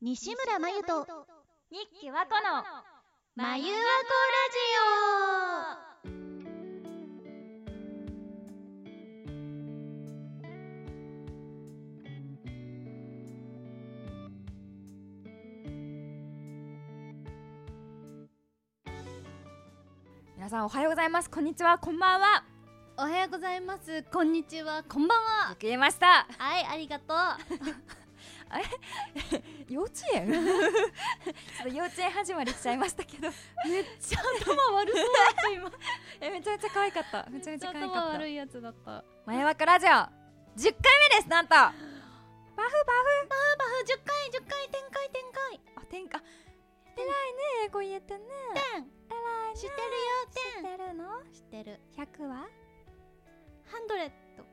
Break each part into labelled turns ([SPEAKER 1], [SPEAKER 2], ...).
[SPEAKER 1] 西村真由と
[SPEAKER 2] 日記はこの
[SPEAKER 1] 真由和子ラジ
[SPEAKER 2] 皆さんおはようございますこんにちはこんばんは
[SPEAKER 1] オおはようございますこんにちはこんばん
[SPEAKER 2] よ
[SPEAKER 1] は
[SPEAKER 2] く言えました
[SPEAKER 1] はいありがとう
[SPEAKER 2] 幼稚園 ちょっと幼稚園始まりしちゃいましたけど
[SPEAKER 1] めっちゃ頭悪そうだった今
[SPEAKER 2] えめちゃめちゃ可愛かっためちゃめちゃ可愛
[SPEAKER 1] 頭
[SPEAKER 2] かった
[SPEAKER 1] 悪いやつだったバフ
[SPEAKER 2] 前枠ラジオ10回目ですなんとあ
[SPEAKER 1] バフ10回10回展開展開
[SPEAKER 2] 天か偉いねこう言ってね
[SPEAKER 1] テン
[SPEAKER 2] 偉い
[SPEAKER 1] 知ってるよ
[SPEAKER 2] 知ってるの
[SPEAKER 1] テン知ってる
[SPEAKER 2] 100は
[SPEAKER 1] ハンドレット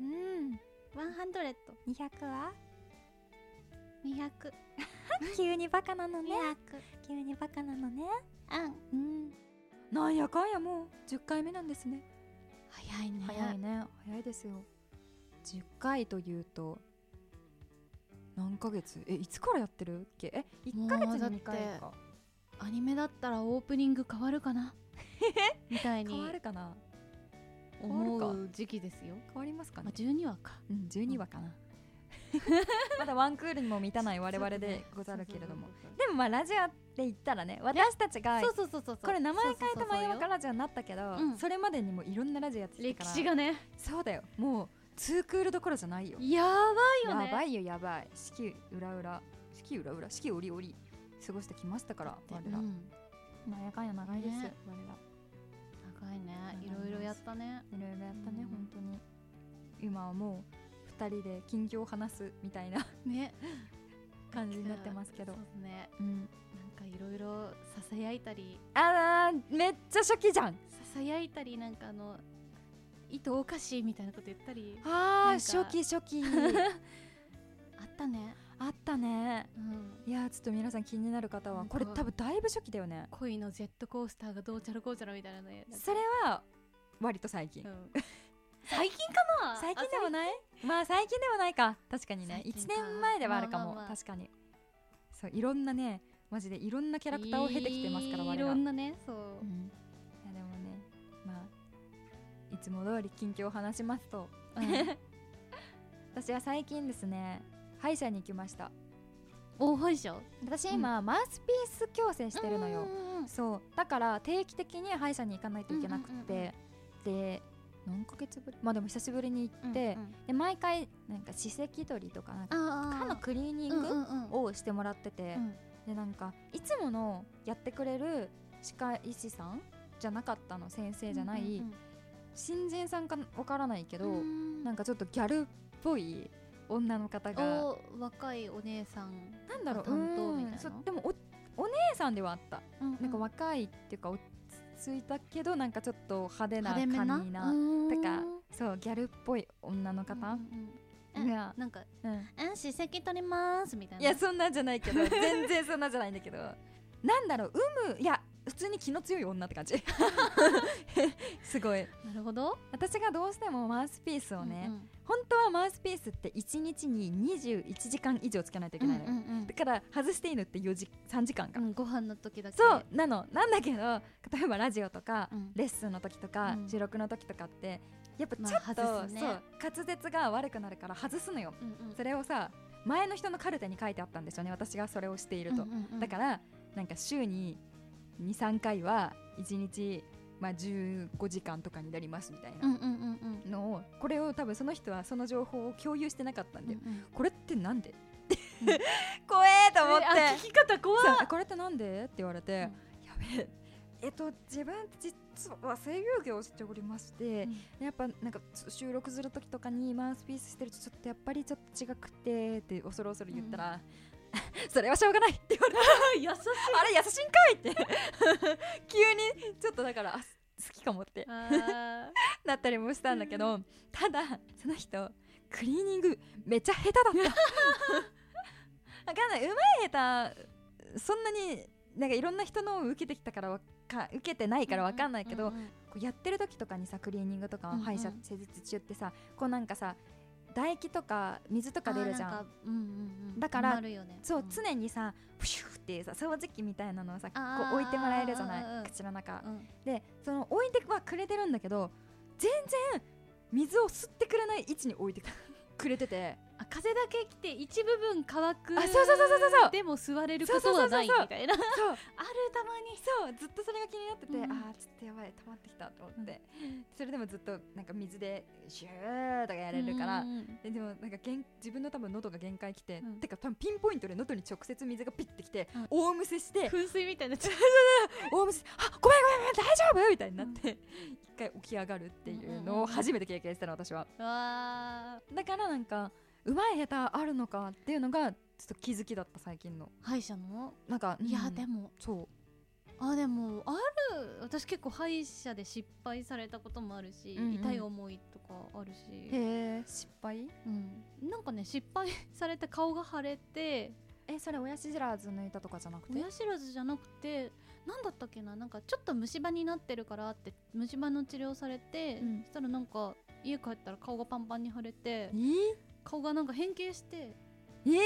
[SPEAKER 2] うん
[SPEAKER 1] ワンハンドレット
[SPEAKER 2] 200は
[SPEAKER 1] 二百
[SPEAKER 2] 急にバカなの
[SPEAKER 1] 二
[SPEAKER 2] ね
[SPEAKER 1] 百
[SPEAKER 2] 急にバカなのね
[SPEAKER 1] うん
[SPEAKER 2] うんなんやかんやもう10回目なんですね
[SPEAKER 1] 早いね
[SPEAKER 2] 早いね早いですよ10回というと何ヶ月えいつからやってるっけえ1ヶ
[SPEAKER 1] もう
[SPEAKER 2] 月
[SPEAKER 1] だって
[SPEAKER 2] に2回か
[SPEAKER 1] アニメだったらオープニング変わるかなみたい
[SPEAKER 2] 変
[SPEAKER 1] に
[SPEAKER 2] わるかな変わ
[SPEAKER 1] 思
[SPEAKER 2] る
[SPEAKER 1] う時期ですよ
[SPEAKER 2] 変わりますか
[SPEAKER 1] ま
[SPEAKER 2] ね
[SPEAKER 1] あ、12話か
[SPEAKER 2] うん12話か なまだワンクールにも満たない我々でござるけれどもでもまあラジオって言ったらね私たちが
[SPEAKER 1] そうそうそうそうそう
[SPEAKER 2] これ名前変え
[SPEAKER 1] そうそう
[SPEAKER 2] た
[SPEAKER 1] そう
[SPEAKER 2] 前
[SPEAKER 1] よ
[SPEAKER 2] はラジオになったけど
[SPEAKER 1] うん
[SPEAKER 2] それまでにもいろんなラジオやってきた
[SPEAKER 1] 歴
[SPEAKER 2] から
[SPEAKER 1] 史がね
[SPEAKER 2] そうだよもう2クールどころじゃないよ
[SPEAKER 1] やばいよね
[SPEAKER 2] やばいよやばい四季裏裏四季裏裏四季折々過ごしてきましたから我
[SPEAKER 1] う
[SPEAKER 2] ら、
[SPEAKER 1] ん
[SPEAKER 2] なんやかんや長いです、
[SPEAKER 1] ね
[SPEAKER 2] 我ら
[SPEAKER 1] 長いねい
[SPEAKER 2] 長いです
[SPEAKER 1] ろいろやったね
[SPEAKER 2] いろいろやったね、
[SPEAKER 1] うん
[SPEAKER 2] 本当に今はもう2人で近況を話すみたい な
[SPEAKER 1] ね
[SPEAKER 2] 感じになってますけど
[SPEAKER 1] そうですね
[SPEAKER 2] うん
[SPEAKER 1] なんかいろいろささやいたり
[SPEAKER 2] あーめっちゃ初期じゃん
[SPEAKER 1] ささやいたりなんかあの糸おかしいみたいなこと言ったり
[SPEAKER 2] あ
[SPEAKER 1] なん
[SPEAKER 2] ー
[SPEAKER 1] か
[SPEAKER 2] 初期初期
[SPEAKER 1] あったね
[SPEAKER 2] あったね
[SPEAKER 1] うん
[SPEAKER 2] いやーちょっと皆さん気になる方は
[SPEAKER 1] 本当
[SPEAKER 2] これ多分だいぶ初期だよね
[SPEAKER 1] 恋のジェットコースターがどうちゃらこうちゃらみたいなねなんか
[SPEAKER 2] それは割と最近、
[SPEAKER 1] うん 最近かな
[SPEAKER 2] 最近でもないまあ最近でもないか確かにね
[SPEAKER 1] 最
[SPEAKER 2] 1
[SPEAKER 1] 近か
[SPEAKER 2] 年前ではあるかも、
[SPEAKER 1] まあまあまあ
[SPEAKER 2] 確かにそういろんなねマジでいろんなキャラクターを経てきてますから我
[SPEAKER 1] い
[SPEAKER 2] 々
[SPEAKER 1] ろ
[SPEAKER 2] は、
[SPEAKER 1] んなねそう、
[SPEAKER 2] うんいやでもねまあいつも通り近況を話しますと 私は最近ですね歯医者に行きました
[SPEAKER 1] お歯医者
[SPEAKER 2] 私今、マウスピース矯正してるのよ、そうだから定期的に歯医者に行かないといけなくて、で何ヶ月ぶりまあでも久しぶりに行って、で毎回なんか歯石取りとかなんか歯
[SPEAKER 1] 歯
[SPEAKER 2] のクリーニ
[SPEAKER 1] うん
[SPEAKER 2] ン
[SPEAKER 1] うん
[SPEAKER 2] グ
[SPEAKER 1] うん
[SPEAKER 2] をしてもらってて、
[SPEAKER 1] うん
[SPEAKER 2] でなんかいつものやってくれる歯科医師さんじゃなかったの先生じゃない、新人さんかわからないけど、なん
[SPEAKER 1] か
[SPEAKER 2] かちょっとギャルっぽい女の方が
[SPEAKER 1] お若いお姉さん
[SPEAKER 2] なんだろう
[SPEAKER 1] 担当みたいな
[SPEAKER 2] うんそうでもおお姉さんではあった、なんか若いっていうか落ち着いたけどなんかちょっと派手な
[SPEAKER 1] 派手
[SPEAKER 2] 感
[SPEAKER 1] め
[SPEAKER 2] じ
[SPEAKER 1] な
[SPEAKER 2] な
[SPEAKER 1] と
[SPEAKER 2] とかそうギャルっぽい女の方、が
[SPEAKER 1] なんか
[SPEAKER 2] うん
[SPEAKER 1] 「うん歯石取ります」みたい
[SPEAKER 2] い
[SPEAKER 1] な
[SPEAKER 2] やそんなんじゃないけ ど全然そんなんじゃないんだけどなんだろう有無いや普通に気の強い女っ て感じすごい
[SPEAKER 1] なるほど
[SPEAKER 2] 私がどうしてもマウスピースをね、本当はマウスピースって1日に21時間以上つけないといけないのよ、だから外していいのって4時3時間か、
[SPEAKER 1] ご飯の時だけ
[SPEAKER 2] そうなのなんだけど例えばラジオとか、
[SPEAKER 1] うん
[SPEAKER 2] レッスンの時とか、
[SPEAKER 1] うん
[SPEAKER 2] 収録の時とかってやっぱちょ
[SPEAKER 1] まあ
[SPEAKER 2] っと、
[SPEAKER 1] 外すね
[SPEAKER 2] そう滑舌が悪くなるから外すのよそれをさ前の人のカルテに書いてあったんですよね私がそれをしていると、だかららなんか週に23回は1日、まあ、15時間とかになりますみたい
[SPEAKER 1] うんう
[SPEAKER 2] な
[SPEAKER 1] んうんうん
[SPEAKER 2] のを、これを多分その人はその情報を共有してなかったんで、
[SPEAKER 1] うん
[SPEAKER 2] これってなんで、
[SPEAKER 1] うん
[SPEAKER 2] 怖えと思って、
[SPEAKER 1] えあ聞き方怖い
[SPEAKER 2] そうこれってなんでって言われて、やべええっと自分実は声優業をしておりまして、やっぱなんかつ収録する時とかにマウスピースしてるとちょっとやっぱりちょっと違くてって恐る恐る言ったら、 それはしょうがないって言われて
[SPEAKER 1] 優しい
[SPEAKER 2] あれ優しいんかいって 急にちょっとだからあ好きかもってなったりもしたんだけど、ただその人クリーニングめっちゃ下手だった わかんないうまい下手そんなになんかいろんな人のを受けてきたからわか受けてないからわかんないけど、こうやってる時とかにさクリーニングとか
[SPEAKER 1] うんうん
[SPEAKER 2] 歯医者施術中ってさこうなんかさ唾液とか水とか出るじゃ
[SPEAKER 1] あ
[SPEAKER 2] ん
[SPEAKER 1] ーなかうんうんうん、
[SPEAKER 2] だから
[SPEAKER 1] 困るよね
[SPEAKER 2] そう、
[SPEAKER 1] ん
[SPEAKER 2] 常にさプシューってさ掃除機みたいなのをさこ
[SPEAKER 1] あー
[SPEAKER 2] う置いてもらえるじゃ
[SPEAKER 1] うんうん
[SPEAKER 2] な
[SPEAKER 1] う
[SPEAKER 2] い
[SPEAKER 1] ん
[SPEAKER 2] 口の中
[SPEAKER 1] うん
[SPEAKER 2] でその置いてはくれてるんだけど全然水を吸ってくれ ない位置に置いてくくれてて
[SPEAKER 1] あ風だけ来て一部分乾く
[SPEAKER 2] あそうそうそうそうそう
[SPEAKER 1] でも座れることはない
[SPEAKER 2] そうそうそうそう
[SPEAKER 1] みたいなある
[SPEAKER 2] そう
[SPEAKER 1] たまに
[SPEAKER 2] そうずっとそれが気になってて、
[SPEAKER 1] うん
[SPEAKER 2] あーちょっとやばい溜まってきたと思って、それでもずっとなんか水でシューとかやれるから、
[SPEAKER 1] うんうんうん
[SPEAKER 2] ででもなんか限自分の多分喉が限界きて、
[SPEAKER 1] うん
[SPEAKER 2] てか多分ピンポイントで喉に直接水がピッてきて、
[SPEAKER 1] うん
[SPEAKER 2] 大むせして
[SPEAKER 1] 噴水みたいになっちゃう
[SPEAKER 2] 大むせあごめんごめんごめん大丈夫みたいになって、一回起き上がるっていうのを初めて経験したの私は
[SPEAKER 1] わ
[SPEAKER 2] だからなんかうまい下手あるのかっていうのがちょっと気づきだった最近の
[SPEAKER 1] ー歯医者の
[SPEAKER 2] なんか、
[SPEAKER 1] いや
[SPEAKER 2] うん
[SPEAKER 1] でも
[SPEAKER 2] そう
[SPEAKER 1] あでもある私結構歯医者で失敗されたこともあるし、
[SPEAKER 2] うんうん
[SPEAKER 1] 痛い思いとかあるし、
[SPEAKER 2] へえ失敗
[SPEAKER 1] うん、なんかね失敗されて顔が腫れて
[SPEAKER 2] えそれ親知らず抜いたとかじゃなくて
[SPEAKER 1] 親知らずじゃなくてなんだったっけななんかちょっと虫歯になってるからって虫歯の治療されて、
[SPEAKER 2] うん
[SPEAKER 1] そしたらなんか家帰ったら顔がパンパンに腫れて
[SPEAKER 2] えー
[SPEAKER 1] 顔がなんか変形して
[SPEAKER 2] えー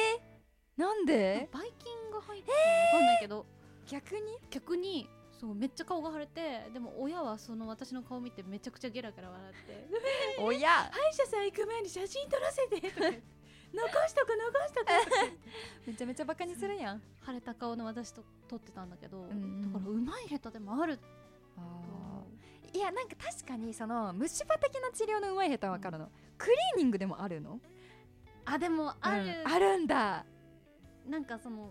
[SPEAKER 2] なんで
[SPEAKER 1] ばい菌が入ってるのわかんないけど
[SPEAKER 2] 逆に
[SPEAKER 1] 逆にそうめっちゃ顔が腫れてでも親はその私の顔見てめちゃくちゃゲラゲラ笑って
[SPEAKER 2] 親
[SPEAKER 1] 歯医者さん行く前に写真撮らせてとか言っ て残しとく残しとくとか言って
[SPEAKER 2] めちゃめちゃバカにするやん
[SPEAKER 1] 腫れた顔の私と撮ってたんだけど、
[SPEAKER 2] んうん
[SPEAKER 1] だからうまい下手でもある
[SPEAKER 2] いやなんか確かにその虫歯的な治療のうまい下手はわかるの、クリーニングでもあるの
[SPEAKER 1] あでもある、
[SPEAKER 2] うんあるんだ
[SPEAKER 1] なんかその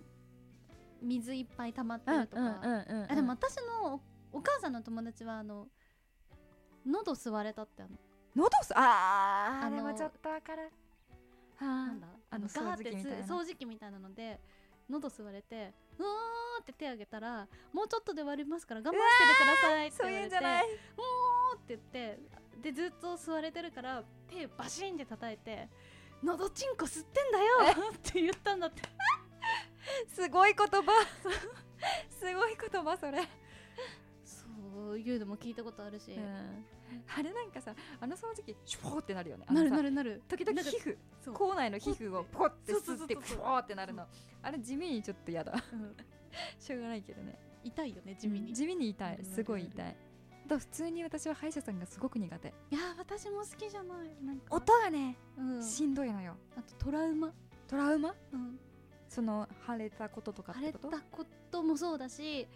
[SPEAKER 1] 水いっぱい溜まってるとか、
[SPEAKER 2] んうん
[SPEAKER 1] あでも私のおお母さんの友達はあの喉吸われたってあの
[SPEAKER 2] 喉すあーあ
[SPEAKER 1] あの
[SPEAKER 2] れはちょっとわかる
[SPEAKER 1] な
[SPEAKER 2] あ
[SPEAKER 1] んだ
[SPEAKER 2] あの
[SPEAKER 1] ガーって
[SPEAKER 2] 掃除機みたいな
[SPEAKER 1] つ掃除機みたいなので喉吸われてうわーって手あげたらもうちょっとで終わりますから我慢しててくださいって
[SPEAKER 2] そう
[SPEAKER 1] 言われて
[SPEAKER 2] いうんじゃない
[SPEAKER 1] おーって言ってでずっと吸われてるから手バシンって叩いて「喉チンコ吸ってんだよ!」って言ったんだって
[SPEAKER 2] すごい言葉 すごい言葉それ、
[SPEAKER 1] そういうのも聞いたことあるし、
[SPEAKER 2] あれなんかさあの掃除機シュポーってなるよねあの
[SPEAKER 1] な
[SPEAKER 2] さ
[SPEAKER 1] るなるなる
[SPEAKER 2] 時々
[SPEAKER 1] なんか
[SPEAKER 2] 皮膚
[SPEAKER 1] そう
[SPEAKER 2] 口内の皮膚をポッて
[SPEAKER 1] そうそ
[SPEAKER 2] 吸
[SPEAKER 1] うそ
[SPEAKER 2] っ
[SPEAKER 1] う
[SPEAKER 2] て
[SPEAKER 1] そう
[SPEAKER 2] クワーってなるのあれ地味にちょっと嫌だ
[SPEAKER 1] うん
[SPEAKER 2] しょうがないけどね
[SPEAKER 1] 痛いよね地味に、い
[SPEAKER 2] 地味に痛い
[SPEAKER 1] うん
[SPEAKER 2] すごい痛いあと普通に私は歯医者さんがすごく苦手
[SPEAKER 1] やー私も好きじゃないなんか、
[SPEAKER 2] 音がね
[SPEAKER 1] うん、
[SPEAKER 2] しんどいのよ
[SPEAKER 1] あとトラウマ、
[SPEAKER 2] トラウマ
[SPEAKER 1] うん、
[SPEAKER 2] その腫れたこととかっ
[SPEAKER 1] 腫
[SPEAKER 2] て
[SPEAKER 1] れ
[SPEAKER 2] こ
[SPEAKER 1] た
[SPEAKER 2] と
[SPEAKER 1] こともそうだし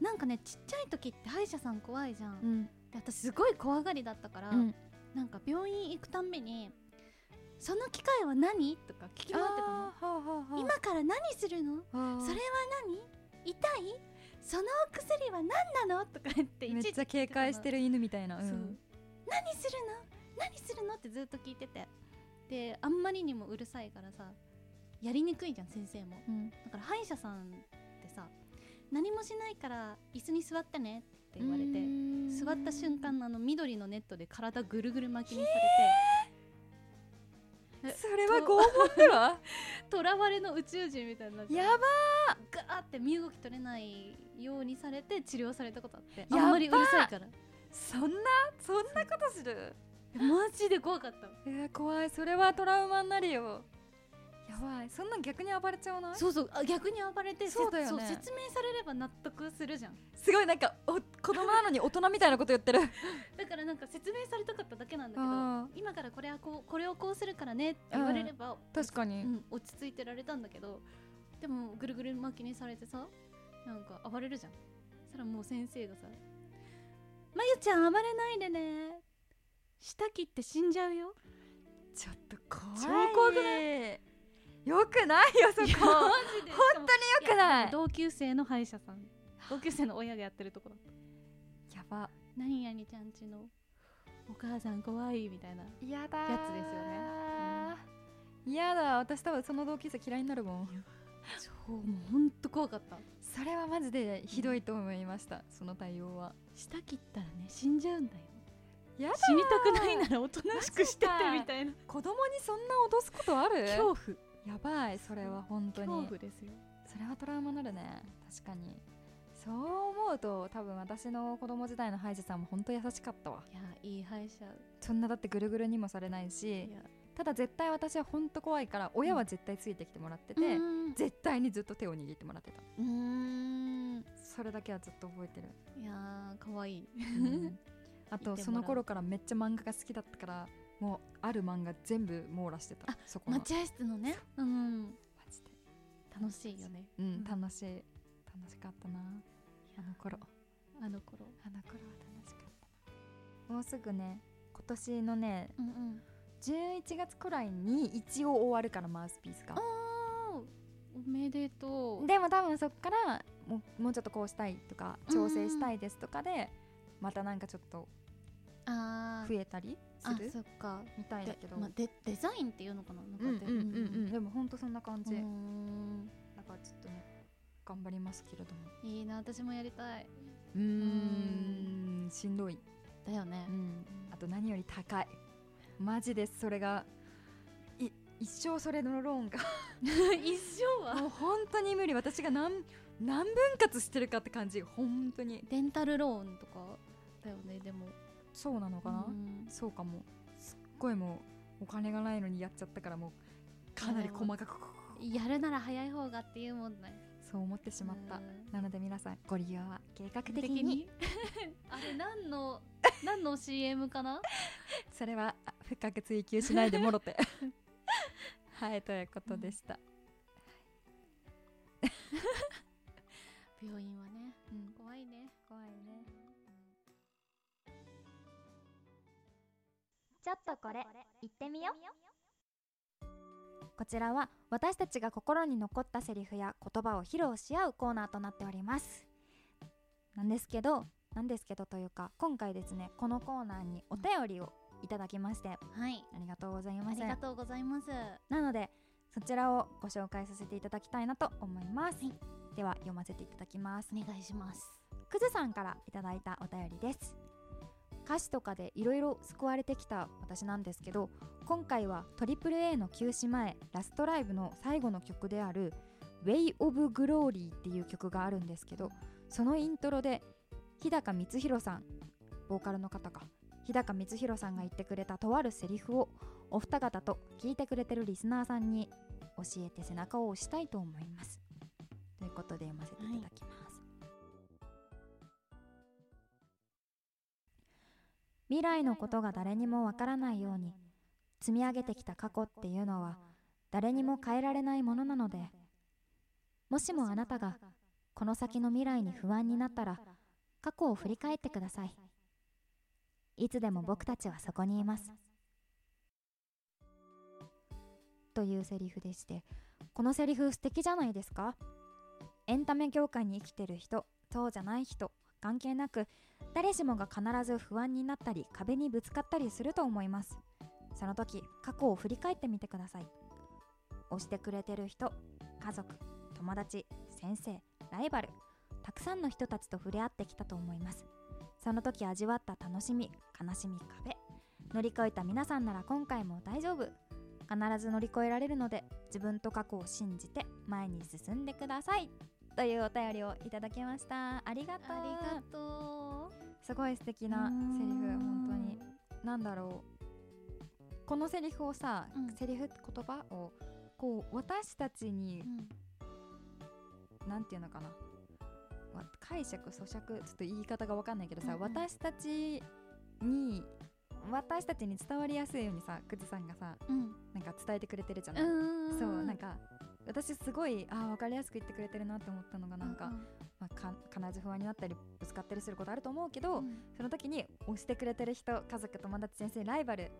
[SPEAKER 1] なんかねちっちゃい時って歯医者さん怖いじゃん、
[SPEAKER 2] うん
[SPEAKER 1] で私すごい怖がりだったから、
[SPEAKER 2] うん
[SPEAKER 1] なんか病院行くたんびに「その機械は何?」とか聞き回ってたの
[SPEAKER 2] あーはあはあはあ
[SPEAKER 1] 今から何するの
[SPEAKER 2] あー
[SPEAKER 1] それは何痛いそのお薬は何なのとか言って
[SPEAKER 2] めっ
[SPEAKER 1] いちい
[SPEAKER 2] ち
[SPEAKER 1] ち
[SPEAKER 2] ゃ警戒してる犬みたいなう
[SPEAKER 1] そうん何するの何するのってずっと聞いててであんまりにもうるさいからさやりにくいじゃん先生も
[SPEAKER 2] うん
[SPEAKER 1] だから歯医者さんってさ何もしないから椅子に座ってねって言われて座った瞬間のあの緑のネットで体ぐるぐる巻きにされて
[SPEAKER 2] それは拷問では
[SPEAKER 1] 囚われの宇宙人みたいになっ
[SPEAKER 2] やば
[SPEAKER 1] ガーって身動き取れないようにされて治療されたことあって
[SPEAKER 2] ば
[SPEAKER 1] あんまりうるさいから
[SPEAKER 2] そんなそんなことする
[SPEAKER 1] マジで怖かった
[SPEAKER 2] えー、怖いそれはトラウマになるよやばいそんなん逆に暴れちゃわない
[SPEAKER 1] そうそうあ逆に暴れてせ
[SPEAKER 2] そうだよね
[SPEAKER 1] そう説明されれば納得するじゃん
[SPEAKER 2] すごいなんかお子供なのに大人みたいなこと言ってる
[SPEAKER 1] だからなんか説明されたかっただけなんだけど
[SPEAKER 2] あ
[SPEAKER 1] 今からこれはこうこれをこうするからねって言われれば
[SPEAKER 2] ー確か
[SPEAKER 1] う
[SPEAKER 2] に、
[SPEAKER 1] ん、落ち着いてられたんだけどでもぐるぐる巻きにされてさなんか暴れるじゃんそしたらもう先生がさ「まゆちゃん暴れないでね舌切って死んじゃうよ
[SPEAKER 2] ちょっと怖い
[SPEAKER 1] 超怖く
[SPEAKER 2] ないよくないよそ」こ
[SPEAKER 1] いや
[SPEAKER 2] よ
[SPEAKER 1] ジで
[SPEAKER 2] 本くない
[SPEAKER 1] や同級生の歯医者さん同級生の親がやってるとこだった
[SPEAKER 2] やば
[SPEAKER 1] 「何々ちゃんちのお母さん怖い」みたいな
[SPEAKER 2] やだー
[SPEAKER 1] やつですよね
[SPEAKER 2] やだ私多分その同級生嫌いになるもん
[SPEAKER 1] そうもうほんと怖かった
[SPEAKER 2] それはマジでひどいと思いましたその対応は
[SPEAKER 1] 舌切ったらね死んじゃうんだよ
[SPEAKER 2] やだー
[SPEAKER 1] 死にたくないならおとなしくしてて
[SPEAKER 2] マジか
[SPEAKER 1] みたいな
[SPEAKER 2] 子供にそんな脅すことある
[SPEAKER 1] 恐怖
[SPEAKER 2] やばいそれは本当に
[SPEAKER 1] 恐怖ですよ
[SPEAKER 2] それはトラウマになるね確かにそう思うと多分私の子供時代の歯医者さんも本当優しかったわ
[SPEAKER 1] いやいい歯医者
[SPEAKER 2] そんなだってぐるぐるにもされないし
[SPEAKER 1] いや
[SPEAKER 3] ただ絶対私は本当怖いから親は絶対ついてきてもらってて、
[SPEAKER 1] うん
[SPEAKER 3] 絶対にずっと手を握ってもらってた
[SPEAKER 1] うーん
[SPEAKER 3] それだけはずっと覚えてる、
[SPEAKER 1] いやーかわいい
[SPEAKER 3] あ
[SPEAKER 1] 言っ
[SPEAKER 3] と
[SPEAKER 1] てもらう
[SPEAKER 3] その頃からめっちゃ漫画が好きだったからもうある漫画全部網羅してた
[SPEAKER 1] あ
[SPEAKER 3] そこの
[SPEAKER 1] 待合室のねうん
[SPEAKER 3] マジで
[SPEAKER 1] 楽しいよね
[SPEAKER 3] うん
[SPEAKER 1] ん
[SPEAKER 3] 楽しい楽しかったなあの頃
[SPEAKER 1] あの頃
[SPEAKER 3] あの頃は楽しかったもうすぐね今年のね
[SPEAKER 1] うんうん
[SPEAKER 3] 11月くらいに一応終わるからマウスピースが
[SPEAKER 1] おーおめでとう
[SPEAKER 3] でも多分そっからもうもうちょっとこうしたいとか調整したいですとかでまたなんかちょっと
[SPEAKER 1] あー
[SPEAKER 3] 増えたりす
[SPEAKER 1] あ
[SPEAKER 3] る
[SPEAKER 1] そっか
[SPEAKER 3] みたいだ
[SPEAKER 1] で
[SPEAKER 3] けど、
[SPEAKER 1] まあデデザインっていうのかななんか
[SPEAKER 3] うんうん
[SPEAKER 1] で
[SPEAKER 3] うんうんでもほんとそんな感
[SPEAKER 1] う
[SPEAKER 3] じ、
[SPEAKER 1] ーん
[SPEAKER 3] だからちょっとね頑張りますけれども
[SPEAKER 1] いいな私もやりたい
[SPEAKER 3] うんんしんどい、
[SPEAKER 1] だよね
[SPEAKER 3] うん、あと何より高いマジでそれがい一生それのローンが
[SPEAKER 1] 一生は
[SPEAKER 3] もう本当に無理私が何何分割してるかって感じ本当に
[SPEAKER 1] レンタルローンとかだよねでも
[SPEAKER 3] そうなのかな、
[SPEAKER 1] うん
[SPEAKER 3] そうかもすっごいもうお金がないのにやっちゃったからもうかなり細かく
[SPEAKER 1] やるなら早い方がっていうもんない
[SPEAKER 3] そう思ってしまった
[SPEAKER 1] うん
[SPEAKER 3] なので皆さんご利用は計画的
[SPEAKER 1] 的
[SPEAKER 3] に
[SPEAKER 1] に あれ何の何の CM かな
[SPEAKER 3] それはあ深く追求しないでもろて はいということでした、
[SPEAKER 1] 病院はね
[SPEAKER 3] うん
[SPEAKER 1] 怖いね
[SPEAKER 3] 怖いね
[SPEAKER 4] ちょっとこれ言ってみよ
[SPEAKER 2] こちらは私たちが心に残ったセリフや言葉を披露し合うコーナーとなっておりますなんですけどなんですけどというか今回ですねこのコーナーにお便りをいただきましてあ
[SPEAKER 1] はい
[SPEAKER 2] りがとうござい
[SPEAKER 1] あ
[SPEAKER 2] ま
[SPEAKER 1] り
[SPEAKER 2] す
[SPEAKER 1] がとうございます
[SPEAKER 2] なのでそちらをご紹介させていただきたいなと思います、では読ませていただきます
[SPEAKER 1] お願いします
[SPEAKER 2] くずさんからいただいたお便りです歌詞とかでいろいろ救われてきた私なんですけど今回は AAA の休止前ラストライブの最後の曲である「Way of Glory」っていう曲があるんですけどそのイントロで日高光弘さんボーカルの方か日高光弘さんが言ってくれたとあるセリフをお二方と聞いてくれてるリスナーさんに教えて背中を押したいと思います。ということで読ませていただきます。未来のことが誰にもわからないように積み上げてきた過去っていうのは誰にも変えられないものなのでもしもあなたがこの先の未来に不安になったら過去を振り返ってくださいいつでも僕たちはそこにいますというセリフでしてこのセリフ素敵じゃないですかエンタメ業界に生きてる人そうじゃない人関係なく誰しもが必ず不安になったり壁にぶつかったりすると思いますその時過去を振り返ってみてください押してくれてる人家族友達先生ライバルたくさんの人たちと触れ合ってきたと思いますその時味わった楽しみ悲しみ壁乗り越えた皆さんなら今回も大丈夫必ず乗り越えられるので自分と過去を信じて前に進んでくださいというお便りをいただきましたありがとう
[SPEAKER 1] ありがとう
[SPEAKER 2] すごい素敵なセリフ
[SPEAKER 1] うん
[SPEAKER 2] 本当になんだろうこのセリフをさ、
[SPEAKER 1] うん
[SPEAKER 2] セリフ言葉をこう私たちに
[SPEAKER 1] うん
[SPEAKER 2] なんていうのかなわ解釈咀嚼ちょっと言い方がわかんないけどさ、
[SPEAKER 1] うんうん
[SPEAKER 2] 私たちに私たちに伝わりやすいようにさくずさんがさ
[SPEAKER 1] うん
[SPEAKER 2] なんか伝えてくれてるじゃない、
[SPEAKER 1] うん
[SPEAKER 2] そうなんか私すごいあ分かりやすく言ってくれてるなって思ったのがなんか,、
[SPEAKER 1] う
[SPEAKER 2] まあ、か必ず不安になったりぶつかったりすることあると思うけど、
[SPEAKER 1] うん
[SPEAKER 2] その時に押してくれてる人家族友達先生ライバル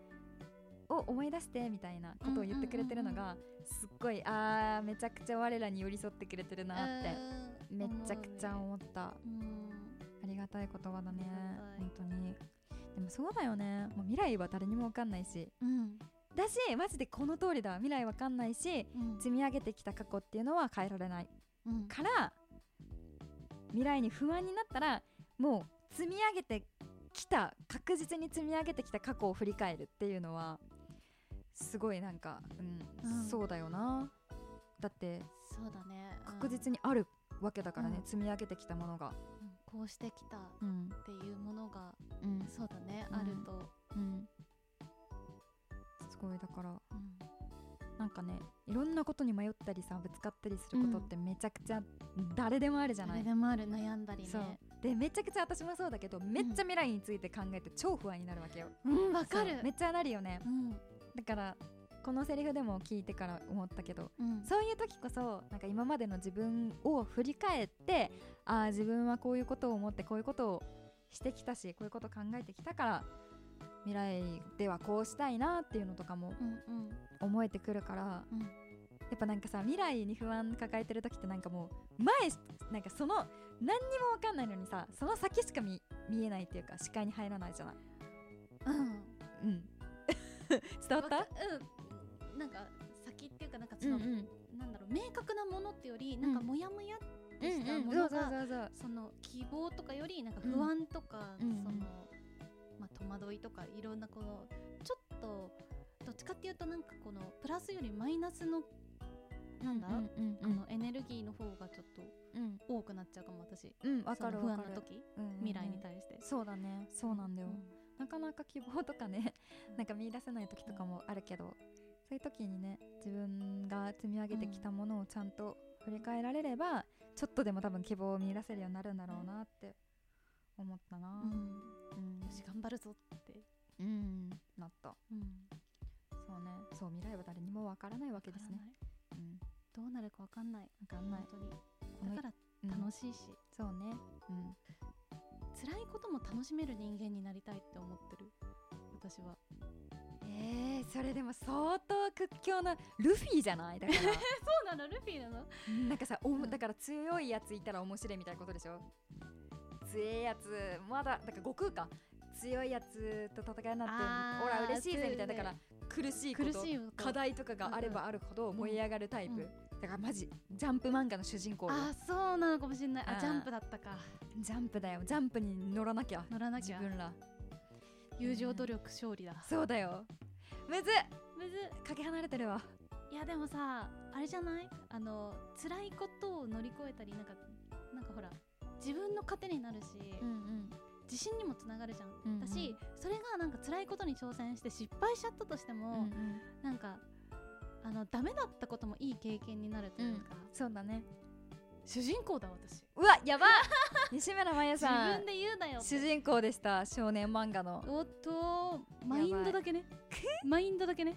[SPEAKER 2] を思い出してみたいなことを言ってくれてるのがすっごいあーめちゃくちゃ我らに寄り添ってくれてるなって
[SPEAKER 1] うん
[SPEAKER 2] めちゃくちゃ
[SPEAKER 1] 思うね
[SPEAKER 2] 思った
[SPEAKER 1] うん
[SPEAKER 2] ありがたい言葉だね
[SPEAKER 1] ありが
[SPEAKER 2] 本当にでもそうだよねもう未来は誰にも分かんないし
[SPEAKER 1] うん
[SPEAKER 2] だしマジでこの通りだ未来分かんないし
[SPEAKER 1] うん
[SPEAKER 2] 積み上げてきた過去っていうのは変えられない
[SPEAKER 1] うん
[SPEAKER 2] から未来に不安になったらもう積み上げてきた確実に積み上げてきた過去を振り返るっていうのはすごいなんか、うん
[SPEAKER 1] うん
[SPEAKER 2] そうだよなだって
[SPEAKER 1] そうだねうん
[SPEAKER 2] 確実にあるわけだからね、
[SPEAKER 1] うん
[SPEAKER 2] 積み上げてきたものが、
[SPEAKER 1] うんこうしてきたっ
[SPEAKER 2] うん
[SPEAKER 1] ていうものが
[SPEAKER 2] うん
[SPEAKER 1] そうだね
[SPEAKER 2] うん
[SPEAKER 1] あると
[SPEAKER 2] うん、すごいだから、なんかねいろんなことに迷ったりさぶつかったりすることってめちゃくちゃ誰でもあるじゃない、
[SPEAKER 1] 誰でもある悩んだりね
[SPEAKER 2] そうでめちゃくちゃ私もそうだけどめっちゃ未来について考えて超不安になるわけよ、
[SPEAKER 1] うんわか
[SPEAKER 2] そう
[SPEAKER 1] る
[SPEAKER 2] めっちゃなるよね
[SPEAKER 1] うん
[SPEAKER 2] だからこのセリフでも聞いてから思ったけど
[SPEAKER 1] うん
[SPEAKER 2] そういう時こそなんか今までの自分を振り返ってああ自分はこういうことを思ってこういうことをしてきたしこういうこと考えてきたから未来ではこうしたいなっていうのとかも
[SPEAKER 1] うんうん
[SPEAKER 2] 思えてくるから、
[SPEAKER 1] うん
[SPEAKER 2] やっぱなんかさ未来に不安抱えてる時ってなんかもう前なんかその何にも分かんないのにさその先しか見見えないっていうか視界に入らないじゃない、
[SPEAKER 1] うん
[SPEAKER 2] うん、 伝わった
[SPEAKER 1] わかうんなんか先っていうかなんかその、
[SPEAKER 2] ん
[SPEAKER 1] なんだろう明確なものってよりなんか
[SPEAKER 2] うん
[SPEAKER 1] モヤモヤって
[SPEAKER 2] う
[SPEAKER 1] し
[SPEAKER 2] ん
[SPEAKER 1] た
[SPEAKER 2] うん
[SPEAKER 1] も
[SPEAKER 2] そ
[SPEAKER 1] の
[SPEAKER 2] うそう
[SPEAKER 1] が
[SPEAKER 2] そうそう
[SPEAKER 1] その希望とかよりなんか
[SPEAKER 2] うん
[SPEAKER 1] 不安とか、
[SPEAKER 2] うんうん
[SPEAKER 1] そのまあ戸惑いとかいろんなこのちょっとどっちかっていうとなんかこのプラスよりマイナスのなんだ、
[SPEAKER 2] うんうんう
[SPEAKER 1] あ
[SPEAKER 2] ん
[SPEAKER 1] のエネルギーの方がちょっと
[SPEAKER 2] うん
[SPEAKER 1] 多くなっちゃうかも私
[SPEAKER 2] うんわか
[SPEAKER 1] そ
[SPEAKER 2] る
[SPEAKER 1] の不
[SPEAKER 2] わ
[SPEAKER 1] 安
[SPEAKER 2] か
[SPEAKER 1] な
[SPEAKER 2] る
[SPEAKER 1] 時
[SPEAKER 2] うんうんうん
[SPEAKER 1] 未来に対して、
[SPEAKER 2] そうだねそうなんだよ、なかなか希望とかねなんか見出せない時とかもあるけどそういう時にね自分が積み上げてきたものをちゃんと振り返られればちょっとでも多分希望を見出せるようになるんだろうなって思ったな
[SPEAKER 1] うん
[SPEAKER 2] うん
[SPEAKER 1] よし頑張るぞって、
[SPEAKER 2] うんなった
[SPEAKER 1] うん
[SPEAKER 2] そうねそう未来は誰にもわからないわけです
[SPEAKER 1] わ
[SPEAKER 2] ね
[SPEAKER 1] からない
[SPEAKER 2] うん
[SPEAKER 1] どうなるかわかんない
[SPEAKER 2] わかんない
[SPEAKER 1] 本当に
[SPEAKER 2] この
[SPEAKER 1] だから
[SPEAKER 2] うん
[SPEAKER 1] 楽しいし、
[SPEAKER 2] そうねうん
[SPEAKER 1] 辛いことも楽しめる人間になりたいって思ってる私は
[SPEAKER 2] えー、それでも相当屈強なルフィじゃないだから
[SPEAKER 1] そうなのルフィなの
[SPEAKER 2] なんかさおも
[SPEAKER 1] うん
[SPEAKER 2] だから強いやついたら面白いみたいなことでしょ強いやつまだだから悟空か強いやつと戦いにな
[SPEAKER 1] あ
[SPEAKER 2] っ
[SPEAKER 1] ー
[SPEAKER 2] てほら嬉しいぜみたいな
[SPEAKER 1] 強
[SPEAKER 2] だ
[SPEAKER 1] いね
[SPEAKER 2] から苦しいこ
[SPEAKER 1] 苦
[SPEAKER 2] と
[SPEAKER 1] しいこと
[SPEAKER 2] 課題とかがあればあるほど燃え上がるタイプ、
[SPEAKER 1] うん
[SPEAKER 2] だからマジジャンプ漫画の主人公よ
[SPEAKER 1] あーそうなのかもしれないあ
[SPEAKER 2] うん
[SPEAKER 1] ジャンプだったか
[SPEAKER 2] ジャンプだよジャンプに乗らなきゃ
[SPEAKER 1] 乗らなき
[SPEAKER 2] 自
[SPEAKER 1] ゃ
[SPEAKER 2] 分ら
[SPEAKER 1] 友情努力勝利だ
[SPEAKER 2] そうだよむずっ
[SPEAKER 1] むずっ
[SPEAKER 2] かけ離れてるわ
[SPEAKER 1] いやでもさあれじゃないあの辛いことを乗り越えたりなんかなんかほら自分の糧になるし、
[SPEAKER 2] ん
[SPEAKER 1] 自信にもつながるじゃん、
[SPEAKER 2] うんうん
[SPEAKER 1] だしそれがなんか辛いことに挑戦して失敗しちゃったとして
[SPEAKER 2] う
[SPEAKER 1] も、
[SPEAKER 2] ん
[SPEAKER 1] なんかあのダメだったこともいい経験になるというか、
[SPEAKER 2] そうだね
[SPEAKER 1] 主人公だ私
[SPEAKER 2] うわ やば西村真由
[SPEAKER 1] 自
[SPEAKER 2] さん
[SPEAKER 1] 分で言うなよ
[SPEAKER 2] 主人公でした少年漫画の
[SPEAKER 1] おっとマインドだけねマインドだけね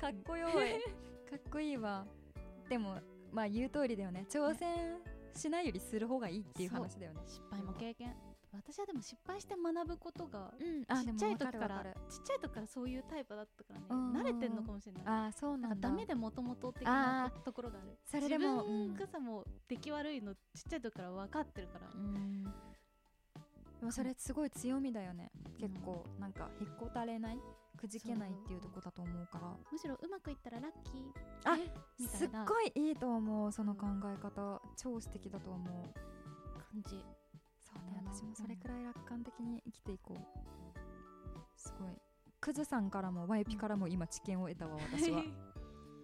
[SPEAKER 2] かっこよい かっこいいわでもまあ言う通りだよね挑戦しないよりする方がいいっていう
[SPEAKER 1] そう
[SPEAKER 2] 話だよね
[SPEAKER 1] 失敗も経験私はでも失敗して学ぶことが
[SPEAKER 2] うん
[SPEAKER 1] ちっちゃい時か
[SPEAKER 2] わ
[SPEAKER 1] ら
[SPEAKER 2] る
[SPEAKER 1] ちっちゃい時からそういうタイプだったからね
[SPEAKER 2] うんうんうん
[SPEAKER 1] 慣れてんのかもしれない
[SPEAKER 2] ああそう
[SPEAKER 1] な
[SPEAKER 2] なんんだ
[SPEAKER 1] かダメでもともと的な
[SPEAKER 2] あ
[SPEAKER 1] ところがある
[SPEAKER 2] それで
[SPEAKER 1] 自
[SPEAKER 2] も
[SPEAKER 1] 分がさもう出来悪いのちっちゃい時から分かってるから、
[SPEAKER 2] うんでもそれすごい強みだよね結構なんか引っこたれないくじけないっていうとこだと思うから
[SPEAKER 1] むしろうまくいったらラッキー
[SPEAKER 2] あ
[SPEAKER 1] えみた
[SPEAKER 2] すっ
[SPEAKER 1] いな
[SPEAKER 2] ごいいいと思うその考え方超素敵だと思う
[SPEAKER 1] 感じ
[SPEAKER 2] そうね私もそれくらい楽観的に生きていこうすごいクズさんからもワイピからも今知見を得たわ 私は
[SPEAKER 1] 本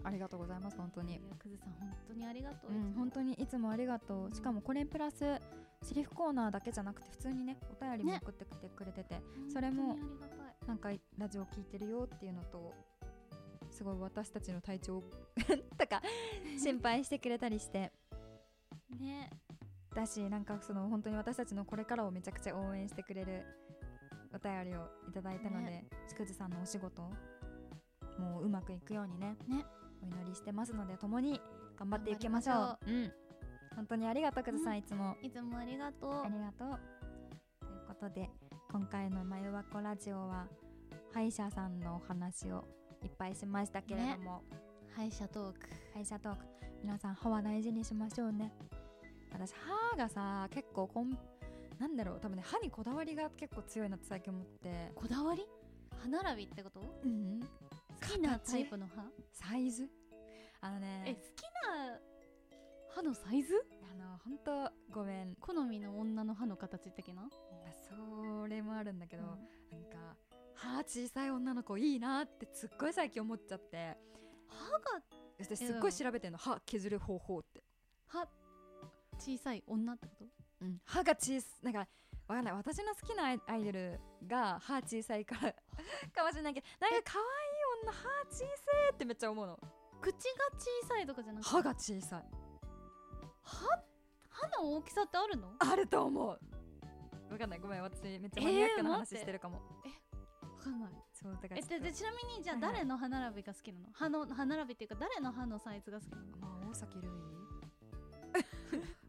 [SPEAKER 2] ありがとうございます本当に
[SPEAKER 1] くずさん本当にありがとう、
[SPEAKER 2] うん本当にいつもありがと
[SPEAKER 1] うん
[SPEAKER 2] うしかもこれプラスセリフコーナーだけじゃなくて普通にねお便りも
[SPEAKER 1] ね
[SPEAKER 2] 送ってきてくれてて、
[SPEAKER 1] に
[SPEAKER 2] それも
[SPEAKER 1] 本当にありがたい
[SPEAKER 2] なんかラジオ聞いてるよっていうのとすごい私たちの体調 とか心配してくれたりして
[SPEAKER 1] ね
[SPEAKER 2] だしなんかその本当に私たちのこれからをめちゃくちゃ応援してくれるお便りをいただいたので、
[SPEAKER 1] ね
[SPEAKER 2] しくじさんのお仕事もううまくいくようにね
[SPEAKER 1] ね
[SPEAKER 2] お祈りしてますので共に頑張っていきましょう
[SPEAKER 1] 頑
[SPEAKER 2] うん、本当にありがとうくずさん、
[SPEAKER 1] うん
[SPEAKER 2] いつも
[SPEAKER 1] いつもありがとう
[SPEAKER 2] ありがとうということで今回の「まゆわこラジオは」歯医者さんのお話をいっぱいしましたけれども、
[SPEAKER 1] 歯医者トーク
[SPEAKER 2] 歯医者トーク皆さん歯は大事にしましょうね私歯がさ結構こんなんだろう多分ね歯にこだわりが結構強いなって最近思って
[SPEAKER 1] こだわり歯並びってこと好
[SPEAKER 2] うん
[SPEAKER 1] きなタイプの歯
[SPEAKER 2] サイズあの
[SPEAKER 1] え
[SPEAKER 2] ね
[SPEAKER 1] 好きな歯のサイズ
[SPEAKER 2] あの本当ごめん、
[SPEAKER 1] 好みの女の歯の形的な
[SPEAKER 2] まあそれもあるんだけど、
[SPEAKER 1] うん
[SPEAKER 2] なんか歯小さい女の子いいなってすっごい最近思っちゃって
[SPEAKER 1] 歯が
[SPEAKER 2] 私すっごい調べてんの歯削る方法って、
[SPEAKER 1] 歯小さい女ってこと
[SPEAKER 2] うん、歯が小さなんかわかんない 私の好きなアイアイドルが歯小さいからかもしれないけどなんか可
[SPEAKER 3] な歯小せえってめっちゃ思うの
[SPEAKER 1] 口が小さいとかじゃなくて
[SPEAKER 3] 歯が小さい
[SPEAKER 1] 歯の大きさってあるの
[SPEAKER 3] あると思うわかんないごめん私めっちゃマニアックな
[SPEAKER 1] えー待って
[SPEAKER 3] 話してるかも、
[SPEAKER 1] わかんない
[SPEAKER 3] そうだから
[SPEAKER 1] え
[SPEAKER 3] ちょ
[SPEAKER 1] で
[SPEAKER 3] っと
[SPEAKER 1] でちなみにじゃあ
[SPEAKER 3] はいはい
[SPEAKER 1] 誰の歯並びが好きなの歯の歯並びっていうか誰の歯のサイズが好きなの
[SPEAKER 3] まあ大崎 ルイ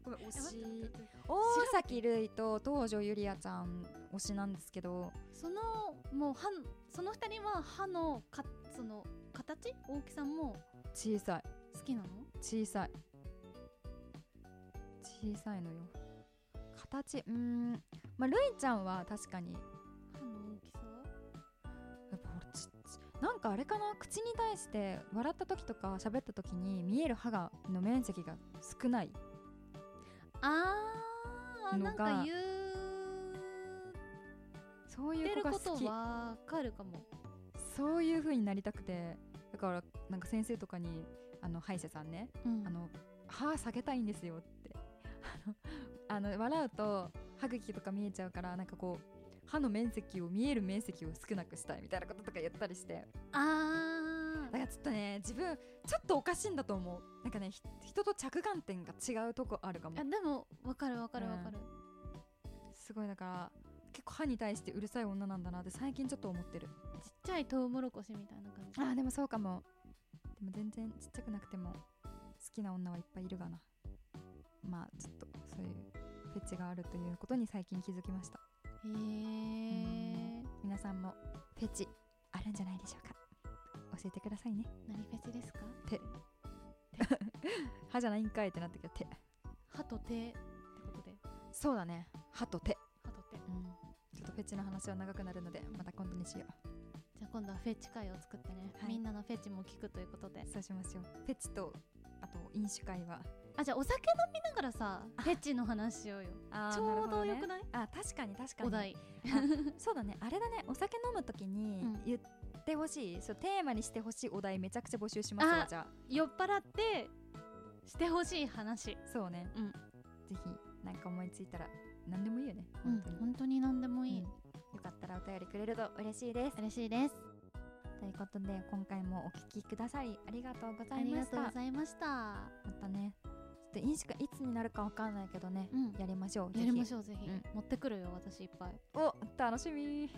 [SPEAKER 3] ごめん
[SPEAKER 1] え
[SPEAKER 3] 惜
[SPEAKER 1] 待
[SPEAKER 3] し
[SPEAKER 1] って待
[SPEAKER 3] い
[SPEAKER 1] って待って
[SPEAKER 2] 大崎るいと東條ゆりあちゃん推しなんですけど
[SPEAKER 1] そのもう歯のその二人は歯のかその形大きさも
[SPEAKER 2] 小さい
[SPEAKER 1] 好きなの
[SPEAKER 2] 小さい小さいのよ形うーんまあるいちゃんは確かにや
[SPEAKER 1] 歯の大きさ
[SPEAKER 2] っぱ俺ちっちなんかあれかな口に対して笑った時とか喋った時に見える歯がの面積が少ない
[SPEAKER 1] あー
[SPEAKER 2] の
[SPEAKER 1] な
[SPEAKER 2] が
[SPEAKER 1] んか言
[SPEAKER 2] そういうう
[SPEAKER 1] てる
[SPEAKER 2] 子が
[SPEAKER 1] こ
[SPEAKER 2] 好
[SPEAKER 1] と
[SPEAKER 2] き
[SPEAKER 1] わかるかも
[SPEAKER 2] そういう風になりたくてだからなんか先生とかにあの歯医者さんね
[SPEAKER 1] うん
[SPEAKER 2] あの歯下げたいんですよって あのあの笑うと歯茎とか見えちゃうからなんかこう歯の面積を見える面積を少なくしたいみたいなこととか言ったりして
[SPEAKER 1] あ
[SPEAKER 2] だか
[SPEAKER 1] ー
[SPEAKER 2] らちょっとね自分ちょっとおかしいんだと思うなんかねひ人と着眼点が違うとこあるかも
[SPEAKER 1] あでもわかるわかるわかる、
[SPEAKER 2] すごいだから結構歯に対してうるさい女なんだなって最近ちょっと思ってる
[SPEAKER 1] ちっちゃいトウモロコシみたいな感じ
[SPEAKER 2] あーでもそうかもでも全然ちっちゃくなくても好きな女はいっぱいいるがなまあちょっとそういうフェチがあるということに最近気づきました
[SPEAKER 1] へえ
[SPEAKER 2] 皆さんもフェチあるんじゃないでしょうか教えてくださいね
[SPEAKER 1] 何フェチですか
[SPEAKER 2] 歯じゃないんかいってなったけど手
[SPEAKER 1] 歯と手ってことで
[SPEAKER 2] そうだね歯と手、
[SPEAKER 1] 歯と手じ
[SPEAKER 2] うん、ちょっとフェチの話は長くなるのでまた今度にしよう
[SPEAKER 1] ゃあ今度はフェチ会を作ってね、
[SPEAKER 2] はい
[SPEAKER 1] みんなのフェチも聞くということで
[SPEAKER 2] そうしましょうフェチとあと飲酒会は
[SPEAKER 1] あじゃあお酒飲みながらさフェチの話しようよ
[SPEAKER 2] あー
[SPEAKER 1] ちょうど
[SPEAKER 2] なるほね
[SPEAKER 1] よくない
[SPEAKER 2] あ確かに確かに
[SPEAKER 1] お題
[SPEAKER 2] そうだねあれだねお酒飲むときに
[SPEAKER 1] うん
[SPEAKER 2] 言ってほしい、そうテーマにしてほしいお題めちゃくちゃ募集しますわ
[SPEAKER 1] あ
[SPEAKER 2] じゃあ
[SPEAKER 1] 酔っ払ってしてほしい話
[SPEAKER 2] そうね、
[SPEAKER 1] うん
[SPEAKER 2] ぜひなんか思いついたら何でもいいよね
[SPEAKER 1] うん
[SPEAKER 2] 本当に、
[SPEAKER 1] 本当に何でもいい、
[SPEAKER 2] うんよかったらお便りくれると嬉しいです
[SPEAKER 1] 嬉しいです
[SPEAKER 2] ということで今回もお聞きくださりありがとうござ
[SPEAKER 1] あ
[SPEAKER 2] い
[SPEAKER 1] り
[SPEAKER 2] ま
[SPEAKER 1] が
[SPEAKER 2] した
[SPEAKER 1] とうございました
[SPEAKER 2] またねちょっと飲酒会いつになるかわかんないけどね、
[SPEAKER 1] うん
[SPEAKER 2] やりましょう
[SPEAKER 1] やりまし
[SPEAKER 2] ょ
[SPEAKER 1] ょうぜひ、
[SPEAKER 2] うん
[SPEAKER 1] 持ってくるよ私いっぱいう
[SPEAKER 2] お楽し み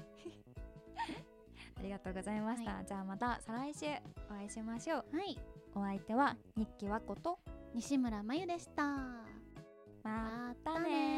[SPEAKER 2] ありがとうございました、
[SPEAKER 1] は
[SPEAKER 2] じゃあまた再来週お会いしましょう
[SPEAKER 1] はい
[SPEAKER 2] お相手は日記和子と
[SPEAKER 1] 西村まゆでした
[SPEAKER 2] ま
[SPEAKER 1] ま
[SPEAKER 2] たね